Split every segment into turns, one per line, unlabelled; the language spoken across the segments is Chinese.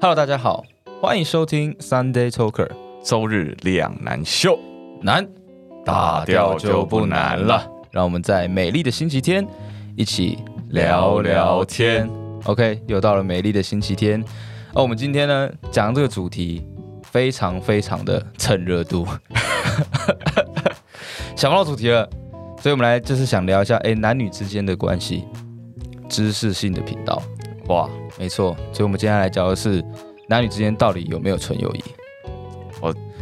Hello，大家好，欢迎收听 Sunday Talker，
周日两难秀，
难
打掉就不难了。
让我们在美丽的星期天一起
聊聊天。
OK，又到了美丽的星期天。哦，我们今天呢讲这个主题非常非常的蹭热度， 想不到主题了，所以我们来就是想聊一下，哎，男女之间的关系，知识性的频道。
哇，
没错，所以我们今天来聊的是男女之间到底有没有纯友谊？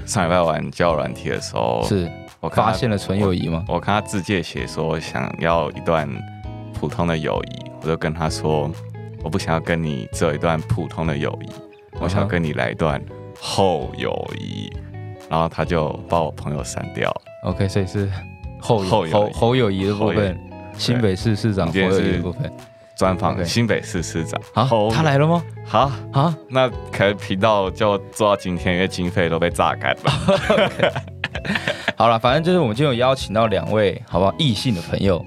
上礼拜玩交友软体的时候，
是
我看他
发现了纯友谊吗？
我看他自介写说想要一段普通的友谊，我就跟他说，我不想要跟你只有一段普通的友谊，
啊
我想要跟你来一段后友谊。然后他就把我朋友删掉，
OK，所以是侯
后友谊
侯侯友谊的部
后友
分，新北市市长
你
侯
今天
友谊的
是
部分。
专访
OK
新北市市长。
啊
后，
他来了吗？
好，
啊，
那可能频道就做到今天，因为经费都被榨干 了。
好了，反正就是我们今天有邀请到两位，好不好？异性的朋友，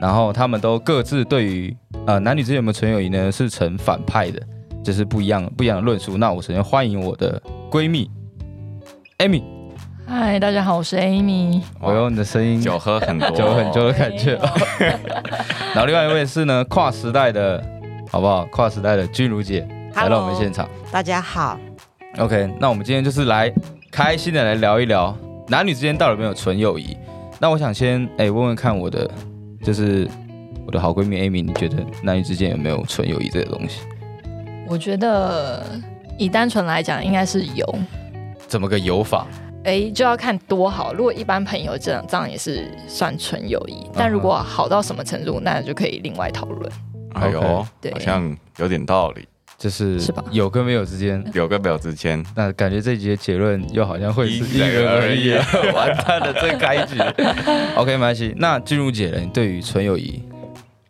然后他们都各自对于呃男女之间有没有纯友谊呢，是成反派的，就是不一样不一样的论述。那我首先欢迎我的闺蜜 Amy，
嗨，大家好，我是 Amy。哎
我用你的声音
酒喝很多，
酒很久的感觉。哦然后另外一位是呢跨时代的，好不好？跨时代的君如姐来到我们
Hello
现场。
大家好，
OK，那我们今天就是来开心的来聊一聊男女之间到底有没有纯友谊。那我想先哎、问问看我的，就是我的好闺蜜 Amy，你觉得男女之间有没有纯友谊这个东西？
我觉得以单纯来讲，应该是有，
怎么个有法？
诶，就要看多好。如果一般朋友这样，这样也是算纯友
嗯
谊。但如果好到什么程度，那就可以另外讨论。
哎呦
OK，
对
好像有点道理。
就是
是吧
有跟没有之间，
有跟没有之 间，
那感觉这集的结论又好像会是因人而异啊， 完蛋了，这开局。OK，没关系。那进入姐呢，你对于纯友谊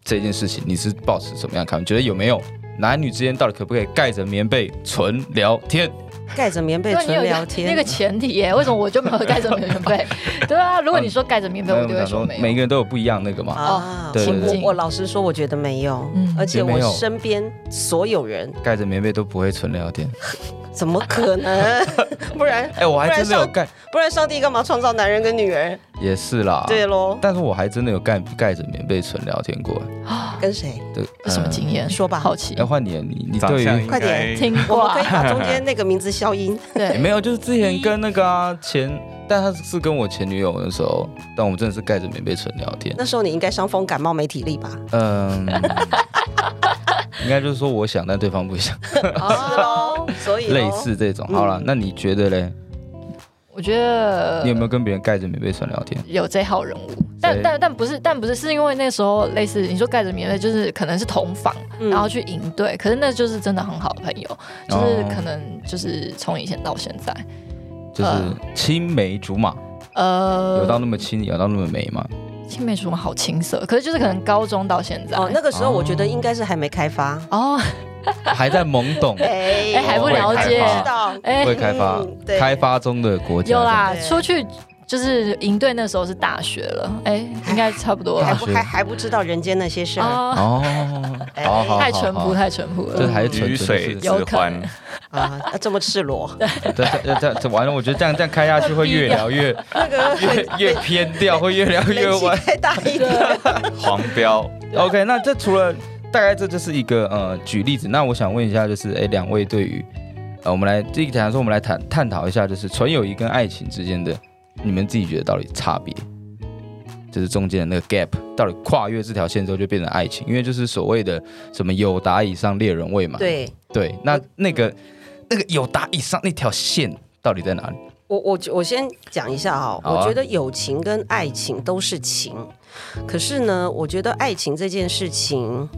这件事情，你是抱持什么样的看法？你觉得有没有男女之间到底可不可以盖着棉被纯聊天？
盖着棉被
对，你有
纯
一
聊
个
天。
那个前提耶，为什么我就没有盖着棉 被？对啊，如果你说盖着棉被，我就
想
会说
每
没
个
有。
人都有不一样那个嘛，
啊，
对对
我
对
我我老实说，我觉得没有，
嗯
而且
也没
我
有
身边所有人
盖着棉被都不会纯聊天。
怎么 可能？不然
哎、我还真的有盖，
不然，上帝干嘛创造男人跟女人？
也是啦。
对喽，
但是我还真的有盖盖着棉被纯聊天过。
跟谁？
对，
啊什么经验？
说吧
好奇
嗯要。换你了，你你
长
对
相
于
应
快
该
点
听
我
过啊
们可以把中间那个名字消音。
也
对
没有，就是之前跟那个、啊、前，但他是跟我前女友的时候，但我们真的是盖着棉被纯聊 天。
那时候你应该伤风感冒没体力吧？
嗯，应该就是说我想，但对方不想，
哦，所以咯
类似这种。好了，
嗯
那你觉得嘞？
我觉得
你有没有跟别人盖着棉被纯聊天？
有这号人物，但
谁
但但不是，但不是，是因为那时候类似你说盖着棉被，就是可能是同房，
嗯
然后去营队，可是那就是真的很好的朋友，就是
哦
可能就是从以前到现在，
就是
呃
青梅竹马，有到
呃，
那么青，有到那么美吗？
青梅竹马好青涩，可是就是可能高中到现在，
哦，那个时候
哦
我觉得应该是还没开发，，
哦，
还在懵懂
哎
哎还不
我
了解
不知道，
哎
未开发
嗯，对
开发中的国家。
有啦，
对
出去就是营队那时候是大学了，哎，应该差不多
还
了
不还还不知道人间那些事儿
哦，
哦，
哎
好好好，
太淳朴，
好，
太淳朴
这
了，
还是纯
鱼水之
纯是
有可
欢
能，
啊，这么赤裸，
这这这这完了，我觉得这样这样开下去会越聊越
那个
越越偏掉，会越聊越
人气
歪。
太大一点。
黄标。
OK，那这除了大概这就是一个呃举例子，那我想问一下，就是哎两位对于呃我们来这个假如说我们来探探讨一下，就是纯友谊跟爱情之间的你们自己觉得到底差别，就是中间的那个 gap 到底跨越这条线之后就变成爱情，因为就是所谓的什么有达以上猎人位嘛，
对
对，那那个那个有达以上那条线到底在哪里？
我，我我先讲一下哈、
好啊
我觉得友情跟爱情都是情，可是呢，我觉得爱情这件事情，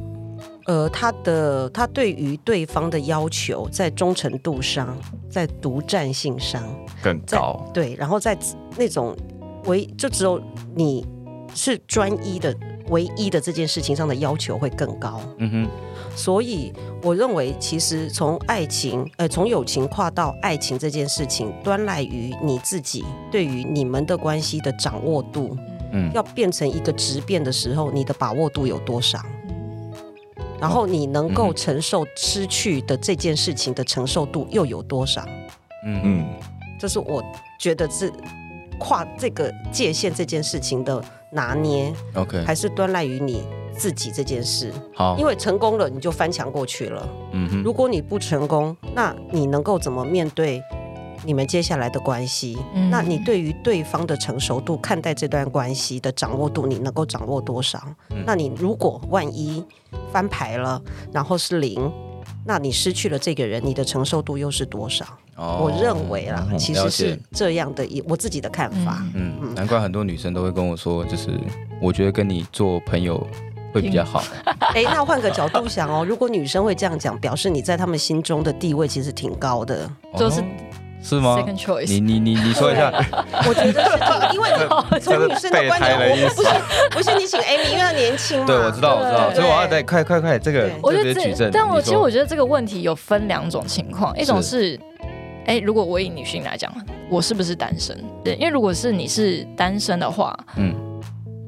呃，他的他对于对方的要求，在忠诚度上，在独占性上，
更
在
高，
对，然后在那种唯就只有你是专一的。唯一的这件事情上的要求会更高，
嗯哼，
所以我认为，其实从爱情，呃，从友情跨到爱情这件事情，端赖于你自己对于你们的关系的掌握度。
嗯
嗯
要变成一个质变的时候，你的把握度有多少？然后你能
嗯
够
哼
承受失去的这件事情的承受度又有多少？
嗯嗯，
嗯，
这是我觉得是跨这个界限这件事情的拿捏，
，OK，
还是端赖于你自己这件事。
好
因，为成功了，你就翻墙过去了；
嗯哼，
如果你不成功，那你能够怎么面对你们接下来的关系？
嗯
那你对于对方的成熟度、看待这段关系的掌握度，你能够掌握多少？
嗯
那你如果万一翻牌了，然后是零。那你失去了这个人，你的承受度又是多少？
哦
我认为啦，其
了
实
解
是这样的一我自己的看法。
嗯，难怪很多女生都会跟我说，就是我觉得跟你做朋友会比较好。
嗯
哎、那换个角度想哦，如果女生会这样讲，表示你在他们心中的地位其实挺高的。
就是
哦是吗？
second choice
你你你你说一下，
我觉得是挺， 因为你从女
这是
生的观
备胎
点，
的意
我
思
不是不是你请 Amy，因为她年轻嘛。
对我知道我知道，
对
所以我要再快快快这个
对
我觉
特
得
别举
这
证，。
但我
你
其
说
实我觉得这个问题有分两种情况，一种是，哎、如果我以女性来讲，我是不是单身？对，因为如果是你是单身的话，
嗯
嗯，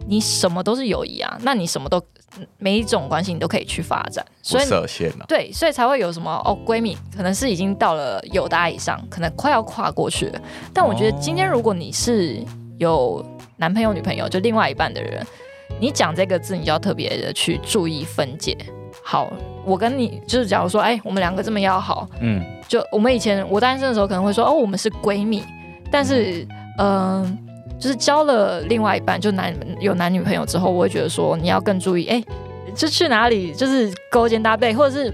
你什么都是友谊啊，那你什么都每一种关系你都可以去发展，
不
所以你
设限啊了，
对，所以才会有什么哦，闺蜜可能是已经到了友达以上，可能快要跨过去了。但我觉得今天如果你是有男朋友、女朋友，就另外一半的人，你讲这个字，你就要特别的去注意分解。好，我跟你就是，假如说，哎，我们两个这么要好，
嗯，
就我们以前我单身的时候可能会说，哦，我们是闺蜜，但是，嗯、就是交了另外一半，就男有男女朋友之后，我会觉得说你要更注意，哎、就去哪里就是勾肩搭背，或者是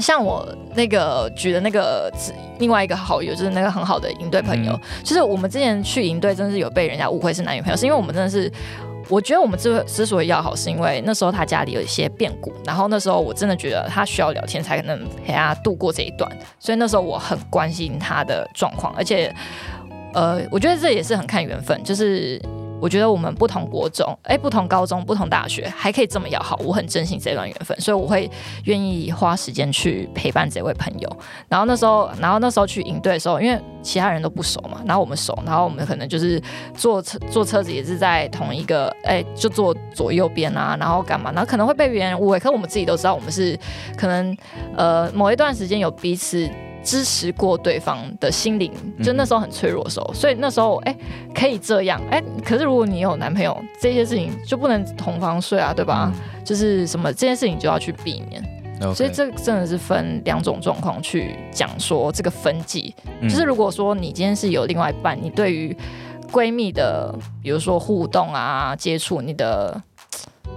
像我那个举的那个另外一个好友，就是那个很好的营队朋友，
嗯
就是我们之前去营队，真的是有被人家误会是男女朋友，是因为我们真的是。我觉得我们之之所以要好，是因为那时候他家里有一些变故，然后那时候我真的觉得他需要聊天才能陪他度过这一段，所以那时候我很关心他的状况，而且，呃，我觉得这也是很看缘分，就是我觉得我们不同国中，哎，不同高中、不同大学还可以这么要好，我很珍惜这段缘分，所以我会愿意花时间去陪伴这位朋友。然后那时候，然后那时候去营队的时候，因为其他人都不熟嘛，然后我们熟，然后我们可能就是坐车坐车子也是在同一个，哎，就坐左右边啊，然后干嘛，然后可能会被别人误会，可我们自己都知道我们是可能呃某一段时间有彼此。支持过对方的心灵，就那时候很脆弱的时候，所以那时候哎、可以这样哎、可是如果你有男朋友，这些事情就不能同房睡啊，对吧？就是什么这件事情就要去避免。
OK，
所以这真的是分两种状况去讲说这个分级，
嗯
就是如果说你今天是有另外一半，你对于闺蜜的，比如说互动啊、接触，你的嘖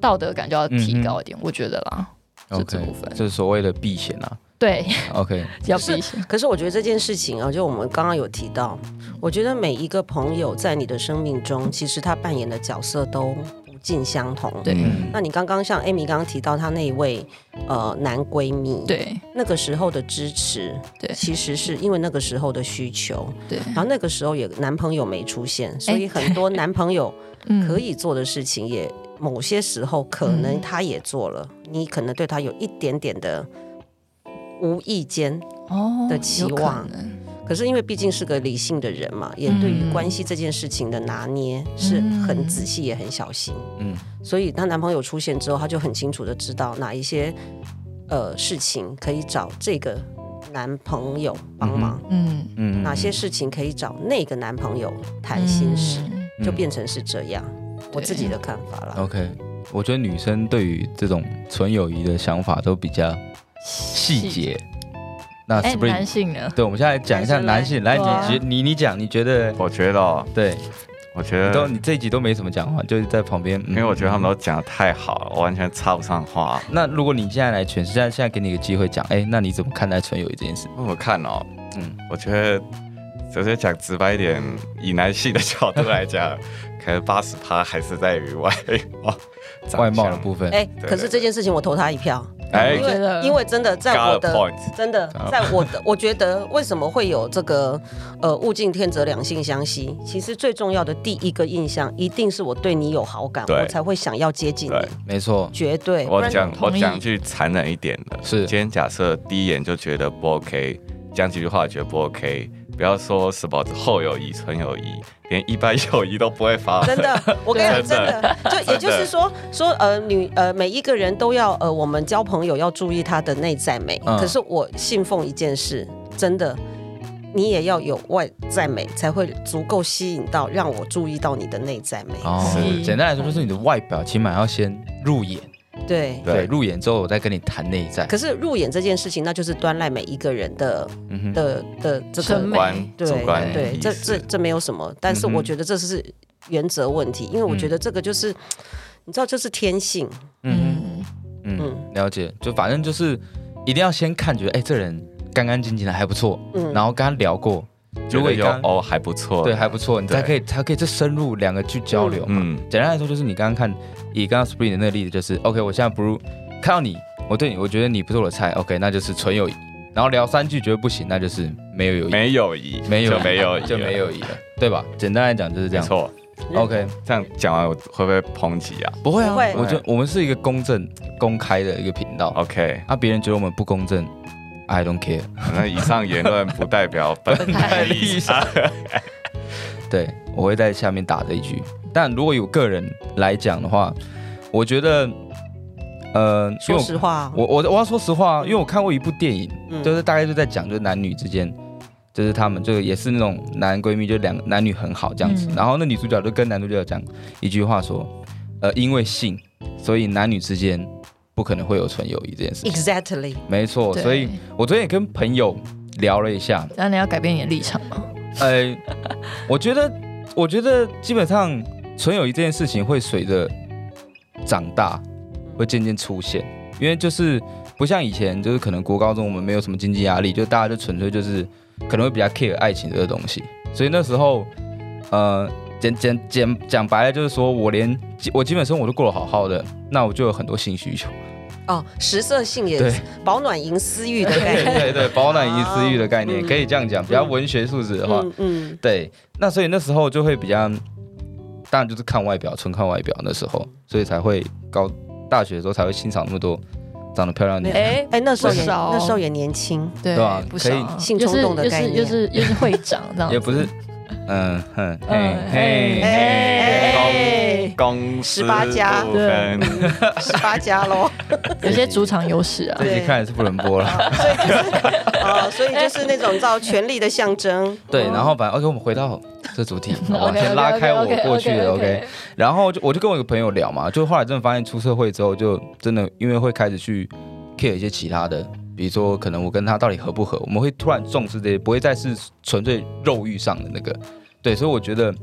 道德感就要提高一点，我觉得啦，这
嗯
这
OK，
部分
就是所谓的避嫌啊。
对，
OK，
要
是
避嫌，
可是我觉得这件事情啊，就我们刚刚有提到，我觉得每一个朋友在你的生命中，其实他扮演的角色都不尽相同。
对
嗯
那你刚刚像 Amy 刚刚提到她那一位呃男闺蜜，，
对
那个时候的支持，
对
其实是因为那个时候的需求，
对，
然后那个时候也男朋友没出现，所以很多男朋友
嗯
可以做的事情也，某些时候可能他也做了，你可能对他有一点点的无意间，
哦
的期
有可
望
能
可是因为毕竟是个理性的人嘛，也
嗯
对于关系这件事情的拿捏是很仔细也很小心，
嗯
所以她男朋友出现之后，她就很清楚的知道哪一些呃事情可以找这个男朋友帮忙，
嗯，
嗯，
哪些事情可以找那个男朋友谈心事，
嗯
就变成是这样。我
对
自己的看法啦。
OK？我觉得女生对于这种纯友谊的想法都比较细节。啊那
哎，
Spring，
男性呢？
对，我们现在讲一下男
男
性，
生
来，
来啊
你觉你你讲，你觉得
我觉得哦，
对？
我觉
你都
得，
你这一集都没什么讲话，就是在旁边，嗯因
因为我觉得他们都讲的太好了，我完全插不上话。
那如果你现在来诠释，现在现在给你一个机会讲，哎，那你怎么看待纯友谊这件事？
我看哦，
嗯
嗯，我觉得直接讲直白一点，以男性的角度来 讲，可能八十趴还是在于外貌、
外貌的
长相
部分，
哎、
对
可是这件事情我投他一票，
哎
因
觉得
为因为真的在我
Got a
的
point，
真的
啊
在我的，我觉得为什么会有这个呃物竞天择、两性相吸？其实最重要的第一个印象，一定是我对你有好感，
对
我才会想要接近
对
你，
没错，
绝对。不
我
然
讲
同
我
意
讲句残忍一点的，
是
今天假设第一眼就觉得不 OK，讲几句话觉得不 OK，不要说什么后友谊、纯友谊，连一般友谊都不会发
真
生。
的，我跟你讲，真
真
的
的，
就也就是说，说呃，女呃，每一个人都要呃，我们交朋友要注意她的内在美。
嗯
可是我信奉一件事，真的，你也要有外在美，才会足够吸引到让我注意到你的内在美。
哦
是，
简单来说就是你的外表起码要先入眼，
对。
对，
对
入眼之后我再跟你谈内在。
可是入眼这件事情，那就是端赖每一个人的
嗯哼，
的的这
审
个
美
观
对
主观
的
对，
意
这
识
这这没有什么，但是
嗯哼
我觉得这是原则问题，因为我
嗯
觉得这个就是，你知道，这是天性，
嗯
嗯，
哼，嗯，
嗯
了解。就反正就是一定要先看，觉得哎这人干干净净的还不错，
嗯，
然后跟他聊过，
觉
如果
得
你
有
刚
哦还不错，
对还不错，你才
对
可以才可以再深入两个去交流嘛。
嗯
简单来说就是你刚刚看以刚刚 Spring 的那个例子，就是 OK，我现在不如看到你，我对你我觉得你不是我的菜，OK，那就是纯友谊。然后聊三句觉得不行，那就是没有友谊，
没友谊，
没有
就
谊啊
没友谊，
就没，友谊了，对吧？简单来讲就是这
没
样。
错。
OK，
这样讲完我会不会抨击啊
不会啊，
不会
我觉得我们是一个公正、公开的一个频道，
？OK，
啊，别人觉得我们不公正，I don't care。
那以上言论不代表本台立 场。
对，我会在下面打这一句。但如果有个人来讲的话，我觉得，呃，因
说
为
实话，啊
我我我我要说实话，因为我看过一部电影，
嗯
就是大概就在讲就是男女之间。就是他们，就是也是那种男闺蜜，就两个男女很好这样子。
嗯
然后那女主角就跟男主角讲一句话说，呃，因为性，所以男女之间不可能会有纯友谊这件事情。
Exactly，
没错，哦
对
所以我昨天也跟朋友聊了一下，
那你要改变你的立场吗？
呃，我觉得，我觉得基本上纯友谊这件事情会随着长大会渐渐出现，因为就是不像以前，就是可能国高中我们没有什么经济压力，就大家就纯粹就是可能会比较 care 爱情这个东西，所以那时候，呃。简简简讲白了就是说，我连我基本生活都过得好好的，那我就有很多性需求。
哦，食色性也
对
是保暖银私欲的概
对
念。
对对，保暖隐私欲的概念、
哦嗯
可以这样讲，比较文学素质的话，
嗯嗯，
对，那所以那时候就会比较，当然就是看外表，纯看外表那时候，所以才会高大学的时候才会欣赏那么多长得漂亮的女生。
哎，
哎，那时候也
不少哦
那时候也年轻，
对
对啊
不
可以
少
性冲动的概念
就是就是就是就是会长这样子，
也不是，嗯哼， 嘿
嗯
嘿
嘿
哎
公公司
18加
部分
十八加喽，
有些主场优势啊
这。一集看来是不能播 了。
哦，所以就是那种照权力的象征。
对，然后反正 OK，我们回到这主 题， 好吧，
OK，
先拉开我过去的
OK，OK，OK，OK
OK。然后就我就跟我一个朋友聊嘛，就后来真的发现出社会之后，就真的因为会开始去 care 一些其他的，比如说可能我跟他到底合不合，我们会突然重视这些，不会再是纯粹肉欲上的那个。对，所以我觉得，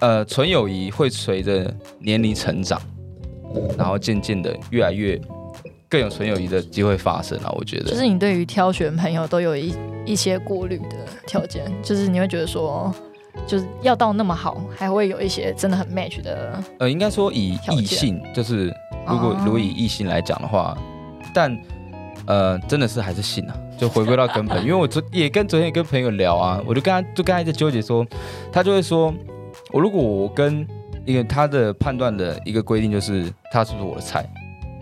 呃，纯友谊会随着年龄成长，然后渐渐的越来越更有纯友谊的机会发生啊，我觉得。
就是你对于挑选朋友都有一一些过滤的条件，就是你会觉得说，就是要到那么好，还会有一些真的很 match 的，
呃，应该说以
条
异
件
性，就是如果、
哦
如果以异性来讲的话，但呃，真的是还是性啊，就回归到根本。因为我昨也跟昨天也跟朋友聊啊，我就跟他就跟他一直纠结说，他就会说，我如果我跟一个他的判断的一个规定就是他是不是我的菜，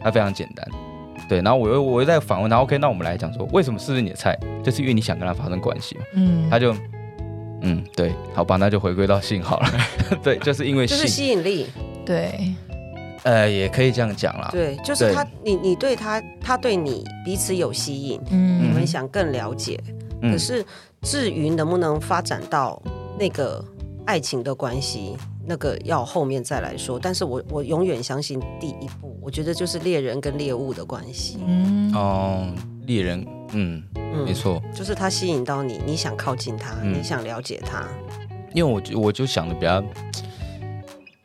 他非常简单。对，然后我又我又在反问他，OK，那我们来讲说，为什么是不是你的菜？就是因为你想跟他发生关系嘛。
嗯，
他就，嗯，对，好吧，那就回归到性好了。 对，就是因为
就
性，
是吸引力，
对，
呃，也可以这样讲啦。
对，就是
对
他，你你对他，他对你彼此有吸引，
嗯，
你们想更了解。
嗯
可是至于能不能发展到那个爱情的关系，那个要后面再来说。但是我我永远相信第一步，我觉得就是猎人跟猎物的关系。
嗯，
哦，猎人，嗯，
嗯
没错，
就是他吸引到你，你想靠近他，
嗯
你想了解他，
因为我就我就想的比较，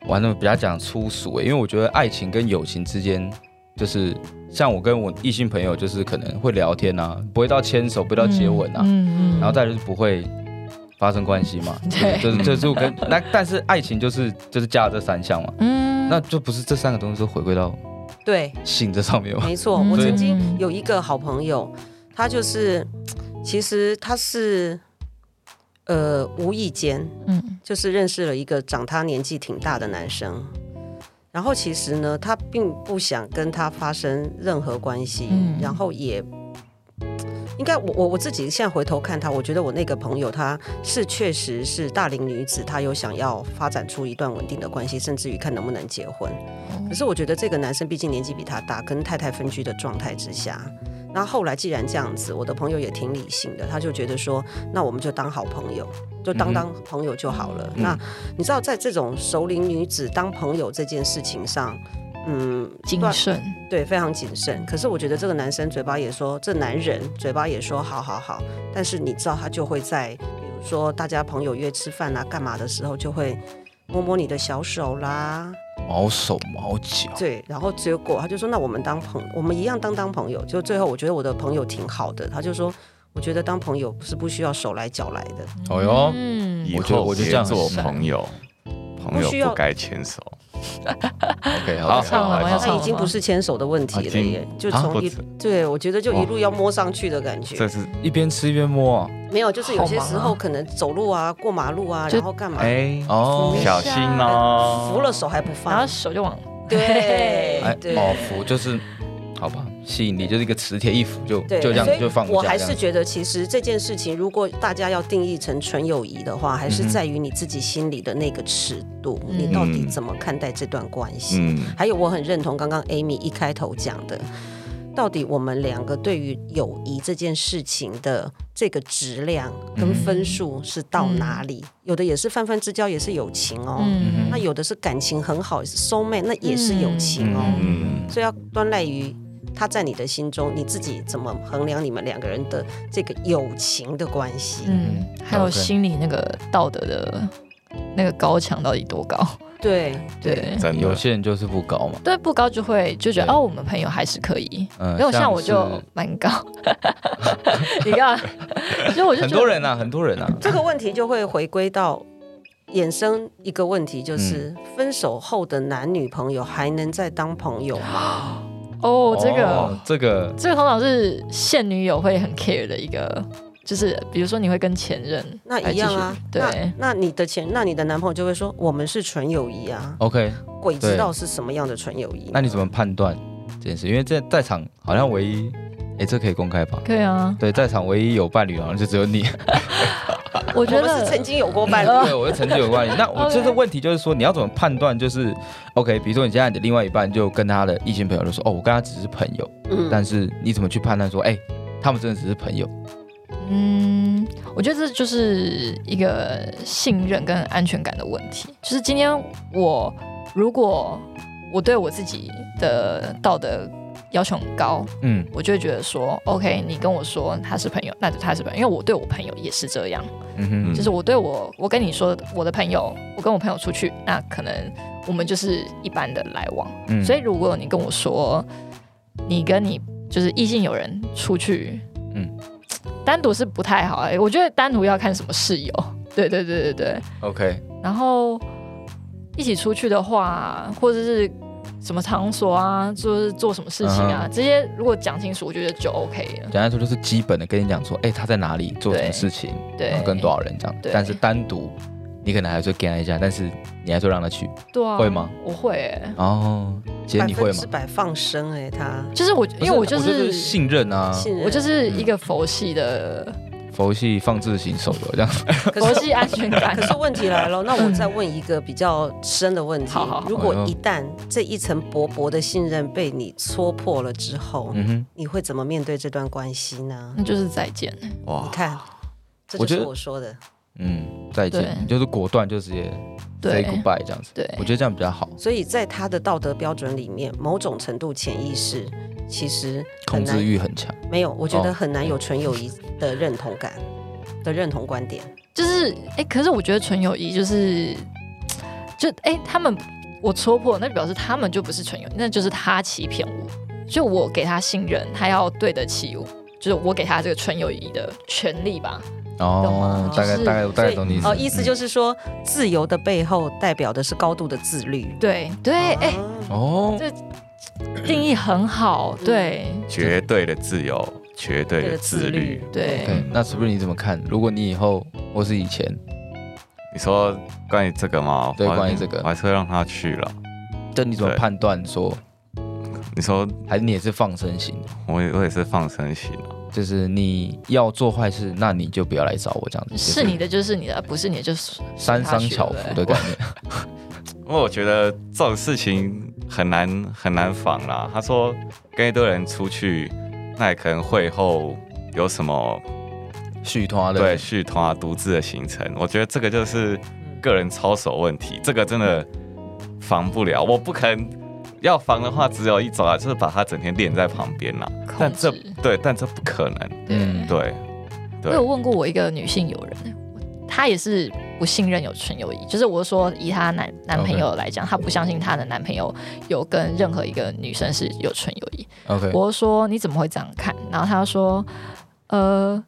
玩的比较讲粗俗、欸，因为我觉得爱情跟友情之间，就是像我跟我异性朋友，就是可能会聊天啊，不会到牵手，不会到接吻啊，
嗯嗯，
然后再来就是不会发生关系嘛，
对
就是就是我跟 那，但是爱情就是就是加了这三项嘛，
嗯，
那就不是这三个东西都回归到
对，
性这上面嘛，
没错，
嗯
我
对
曾经有一个好朋友，他就是，其实他是，呃，无意间
嗯
就是认识了一个长他年纪挺大的男生，然后其实呢，他并不想跟他发生任何关系，
嗯
然后也应应该我我我自己现在回头看他，我觉得我那个朋友她是确实是大龄女子，她有想要发展出一段稳定的关系，甚至于看能不能结婚。可是我觉得这个男生毕竟年纪比她大，跟太太分居的状态之下。那后来既然这样子，我的朋友也挺理性的，他就觉得说，那我们就当好朋友，就当
嗯
当朋友就好了。那你知道，在这种熟龄女子当朋友这件事情上，嗯，
谨
断
慎，
对，非常谨慎。可是我觉得这个男生嘴巴也说，这男人嘴巴也说好好好，但是你知道他就会在，比如说大家朋友约吃饭啊、干嘛的时候，就会摸摸你的小手啦，
嗯
毛手毛脚，
对，然后结果他就说，那我们当朋我们一样当当朋友。就最后我觉得我的朋友挺好的，他就说，我觉得当朋友是不需要手来脚来的，
哦哟，
嗯，
以
我就
后
我就
别
这样
做
想
朋友，朋
不
友
需要
不该牵手。
OK，
好
好，
唱了吗？要唱
那
了
已
吗
经不是牵手的问题
已
了
经
耶，就
啊
从一
不止
对我觉得就一路要摸上去的感觉
这。是
一边吃一边摸啊，
没有，就是有些时
好忙
候
啊
可能走路啊、过马路啊，
就
然后干嘛，
哎，
哦
扶一下
小心哦，
扶了手还不放，
然后手就往
对
哎，
对
哦，服就是，好吧，吸引力就是一个磁铁一服就
对，
就这样
所以
就放不
我
下
还
这样
是觉得，其实这件事情，如果大家要定义成纯友谊的话，还
嗯
是在于你自己心里的那个尺度，
嗯
你到底怎么看待这段关系？
嗯，
还有，我很认同刚刚 Amy 一开头讲的，到底我们两个对于友谊这件事情的这个质量
嗯
跟分数是到哪里？有的也是泛泛之交，也是友情哦。
嗯
嗯
那有的是感情很好，也是 soul mate，那也是友情哦。
嗯
所以要端赖于他在你的心中，你自己怎么衡量你们两个人的这个友情的关系？
嗯，还有
OK
心里那个道德的那个高墙到底多高？
对
嗯对。
真
有
的
些人就是不高嘛，
对，不高就会就觉得
对
哦，我们朋友还是可以，
嗯
没有像
像
我就蛮高，你看，就我就觉得
很多人啊，很多人啊，
这个问题就会回归到衍生一个问题，就是、分手后的男女朋友还能再当朋友吗？
哦，这个、
哦这个
这个通常是现女友会很 care 的一个，就是比如说你会跟前任
那一样啊，
来继续对
那那你的前，那你的男朋友就会说我们是纯友谊啊，
OK，
鬼知道是什么样的纯友谊。
那你怎么判断这件事？因为在在场好像唯一，哎，这可以公开吧？
可以啊，
对，在场唯一有伴侣好像就只有你。
我觉
我们是嗯曾
得
经有过伴侣，
对，我就曾经有过伴侣。那我
哎 OK
这个问题就是说，你要怎么判断？就是 OK，比如说你现在你的另外一半就跟他的异性朋友就说，哦，我跟他只是朋友，
嗯
但是你怎么去判断说，哎，他们真的只是朋友？
嗯，我觉得这就是一个信任跟安全感的问题。就是今天我如果我对我自己的道德要求很高，
嗯，
我就会觉得说，OK，你跟我说他是朋友，那就他是朋友，因为我对我朋友也是这样。
嗯哼，
就是我对我，我跟你说，我的朋友，我跟我朋友出去，那可能我们就是一般的来往。
嗯
所以如果你跟我说，你跟你就是异性友人出去，
嗯
嗯，单独是不太好、欸。我觉得单独要看什么室友，对对对对对。
嗯 OK，
然后一起出去的话，或者是什么场所啊，就是做什么事情啊，这些如果讲清楚，我觉得就 OK 了。
简单说就是基本的跟你讲说，哎，他在哪里做什么
对
事情，
对
然后跟多少人这样。
对
但是单独你可能还是会跟他一下，但是你还是会让他去。
对啊，
会吗？
我会、欸，
哦，姐你会
百分
吗
之？百放生哎、他
就是我，因为我
不
就
我
是
信任啊，
信任
啊我就是一个佛系的
佛系放置型手游这样。
可
佛
是
系安全感
可。是问题来了，
嗯
那我再问一个比较深的问题：
好好好
如果一旦这一层薄薄的信任被你戳破了之后，
嗯哼。
你会怎么面对这段关系呢？
那就是再见，
你
哇，
看，这
我觉
就是
得
我说的。
嗯，再见，
对
你就是果断就直接 say
对
goodbye 这样子。
对
我觉得这样比较好，
所以在他的道德标准里面，某种程度潜意识其实很
控
难
制欲很强。
没有，我觉得
哦
很难有纯友谊的认同感。的认同观点，
就是哎、可是我觉得纯友谊就是，就哎、他们我戳破，那就表示他们就不是纯友谊，那就是他欺骗我，就我给他信任，他要对得起我，就是我给他这个纯友谊的权利吧。懂
哦
吗，
大概
就是
大概我大
所
概
以
懂你意思。
哦，意思
嗯
就是说，自由的背后代表的是高度的自律。
对对，哎、
啊
哦，
定义很好，对
绝对的自由，绝对的自律。
对，
对，那是不是你怎么看？如果你以后或是以前，
你说关于这个吗？
对
我还
关于这个
我还是会让他去了。
就你怎么
对
判断说，
你说
还是你也是放生型？
我也我也是放生型啊，
就是你要做坏事，那你就不要来找我这样子，
是你的就是你的，不是你的就是
三商巧
欸
福的概 念。
因为我觉得这种事情很难很难防啦。他说跟一堆人出去，那也可能会后有什么
续托的
对续团啊、独自的行程，我觉得这个就是
嗯
个人操守问题，这个真的防不了。我不可能要防的话，只有一种啊，就是把他整天练在旁边啦。
控
但这
制。
对，但这不可能。
对，
嗯
对，对
我有问过我一个女性友人，她也是不信任有纯友谊，就是我说以她男男朋友来讲，她不相信她的男朋友有跟任何一个女生是有纯友谊。
OK，
我就说你怎么会这样看？然后她就说，呃。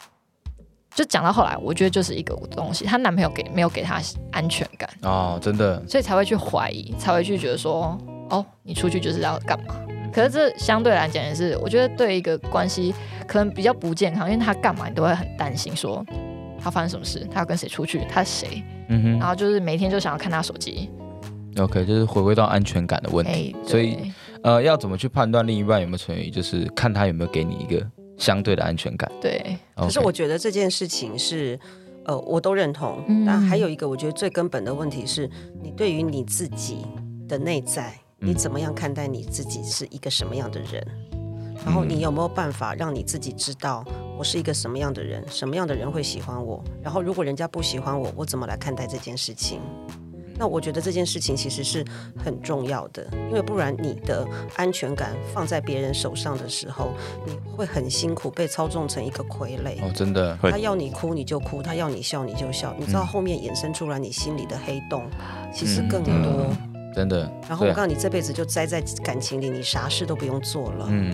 就讲到后来，我觉得就是一个东西，她男朋友给没有给她安全感，
哦，真的，
所以才会去怀疑，才会去觉得说，哦，你出去就是要干嘛？
嗯
可是这相对来讲也是，我觉得对一个关系可能比较不健康，因为他干嘛你都会很担心说。他发生什么事？他要跟谁出去？他是谁？
嗯
然后就是每天就想要看他手机。
哼，OK，就是回归到安全感的问题。
哎、对
所以呃，要怎么去判断另一半有没有存疑，就是看他有没有给你一个相对的安全感。
对，
可是
OK
我觉得这件事情是，呃，我都认同。
嗯
但还有一个，我觉得最根本的问题是，你对于你自己的内在，
嗯
你怎么样看待你自己是一个什么样的人？然后
嗯
你有没有办法让你自己知道我是一个什么样的人，什么样的人会喜欢我？然后如果人家不喜欢我，我怎么来看待这件事情？那我觉得这件事情其实是很重要的，因为不然你的安全感放在别人手上的时候，你会很辛苦被操纵成一个傀儡。
哦，真的，
会
他要你哭你就哭，他要你笑你就笑，你知道
嗯
后面衍生出来你心里的黑洞，其实更多。
真的。
然后我
嗯对啊
告诉你，这辈子就栽在感情里，你啥事都不用做了。
嗯，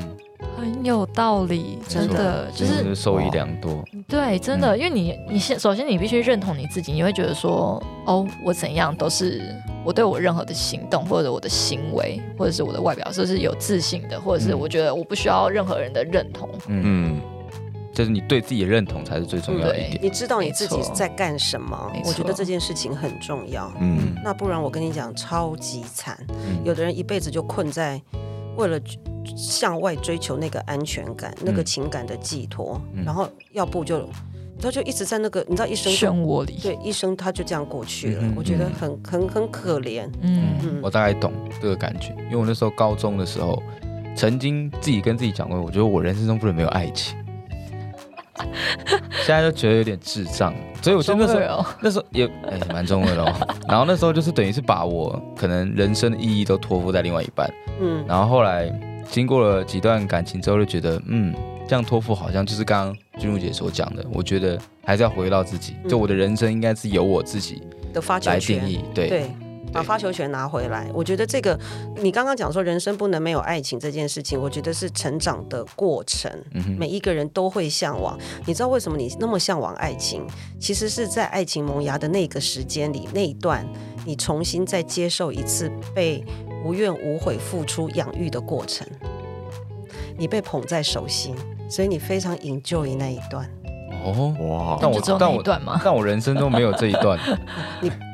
很有道理，真的就
真
是哦
是受益良多。
对，真
嗯
的，因为你你先首先你必须认同你自己，你会觉得说，哦，我怎样都是我对我任何的行动或者我的行为或者是我的外表，就是有自信的，或者是
嗯
我觉得我不需要任何人的认同。
嗯，
嗯，
就是你对自己的认同才是最重要的一点。
你知道你自己
没错
在干什么
没，错
我觉得这件事情很重要。
嗯，
那不然我跟你讲，超级惨。
嗯
有的人一辈子就困在为了向外追求那个安全感、那个
嗯
情感的寄托，
嗯
然后要不就他就一直在那个，你知道一生
漩涡里，
对一生他就这样过去了。
嗯嗯
我觉得
嗯
很很很可怜。
嗯，
嗯，我大概懂这个感觉，因为我那时候高中的时候，曾经自己跟自己讲过，我觉得我人生中不能没有爱 情。现在就觉得有点智障，所以我就那时
中
候
二哦，
那时候也哎蛮中二的哦。然后那时候就是等于是把我可能人生的意义都托付在另外一半，
嗯，
然后后来经过了几段感情之后，就觉得嗯，这样托付好像就是刚刚君如姐所讲的，我觉得还是要回到自己，
嗯
就我的人生应该是由我自己
的发球
来定
权，
义，对，
对。把发球权拿回来，我觉得这个你刚刚讲说人生不能没有爱情这件事情，我觉得是成长的过程，
嗯哼
每一个人都会向往。你知道为什么你那么向往爱情？其实是在爱情萌芽的那个时间里，那一段你重新再接受一次被无怨无悔付出养育的过程，你被捧在手心，所以你非常 enjoy 那一段。
哦。
哇，
但
就
我
只有那
但
一
我
段嘛，
但我人生中没有这一段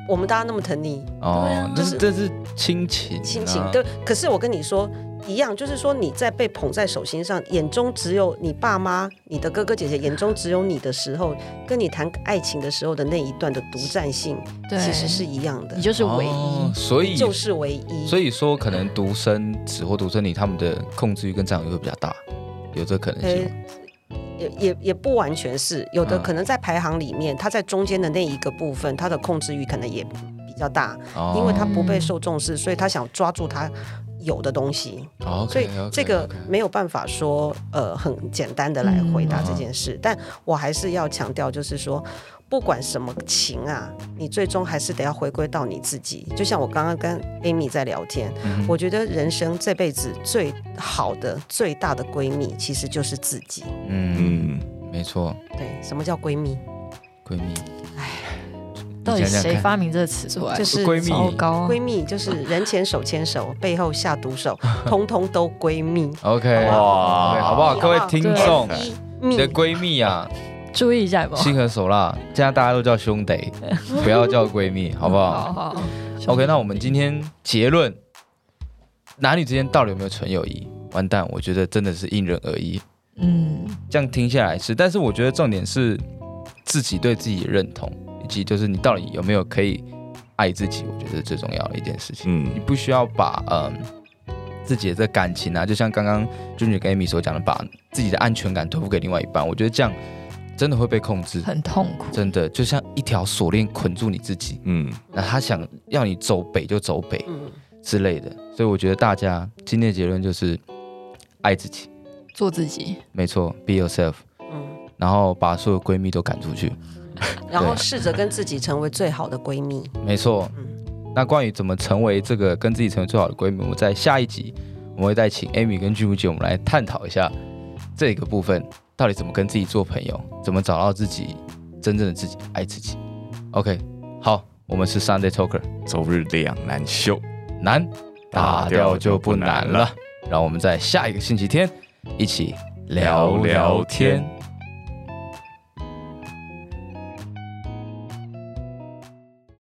我们大家那么疼你，
哦，这
啊就是是
这是亲情啊，
亲情对。可是我跟你说，一样就是说你在被捧在手心上，眼中只有你爸妈、你的哥哥姐姐，眼中只有你的时候，跟你谈爱情的时候的那一段的独占性，
对，
其实是一样的
你，就是唯
哦
一，
所以
就是唯一。
所以说可能独生子或独生女他们的控制欲跟占有欲会比较大，有这可能性吗。
也也也不完全是，有的
嗯
可能在排行里面，他在中间的那一个部分，他的控制欲可能也比较大，
哦，
因为他不被受重视，所以他想抓住他有的东西。
哦
所以
OK，OK，OK
这个没有办法说呃很简单的来回答
嗯
这件事，但我还是要强调，就是说。不管什么情啊，你最终还是得要回归到你自己。就像我刚刚跟 Amy 在聊天，
嗯
我觉得人生这辈子最好的、最大的闺蜜其实就是自己。
嗯，
嗯，
没错，
对，什么叫闺蜜？
闺蜜，
到底
你想想
谁
看
发明这个词出来？啊
就是
闺蜜
糟糕，
闺蜜就是人前手牵手，背后下毒手， 通通都闺蜜。
？OK，
哇
对好不好？各位听众，
一
你
蜜
的闺蜜啊，
注意一下有没有
心狠手辣，现在大家都叫兄 弟，不要叫闺蜜，好不
好
好
好好
？OK，那我们今天结论，男女之间到底有没有纯友谊？完蛋，我觉得真的是因人而异。
嗯，
这样听下来是，但是我觉得重点是自己对自己的认同，以及就是你到底有没有可以爱自己，我觉得是最重要的一件事情。你
嗯
不需要把嗯自己的这感情啊，就像刚刚君姐跟 Amy 所讲的，把自己的安全感托付给另外一半，我觉得这样真的会被控制，
很痛苦。
真的就像一条锁链捆住你自己，
嗯，
那他想要你走北就走北
嗯，
之类的，所以我觉得大家今天的结论就是爱自己，
做自己，
没错，be yourself，
嗯，
然后把所有闺蜜都赶出去，
然后
对
试着跟自己成为最好的闺蜜。
没错。那关于怎么成为这个跟自己成为最好的闺蜜，我们在下一集我们会再请 Amy 跟君如姐，我们来探讨一下这个部分，到底怎么跟自己做朋友，怎么找到自己真正的自己，爱自己。OK，好，我们是 Sunday Talker，
周日两难修，
难打
打
掉
掉
就
就
不
不
难
难
了
了。
让我们在下一个星期天一起聊
聊
聊
聊
天
天。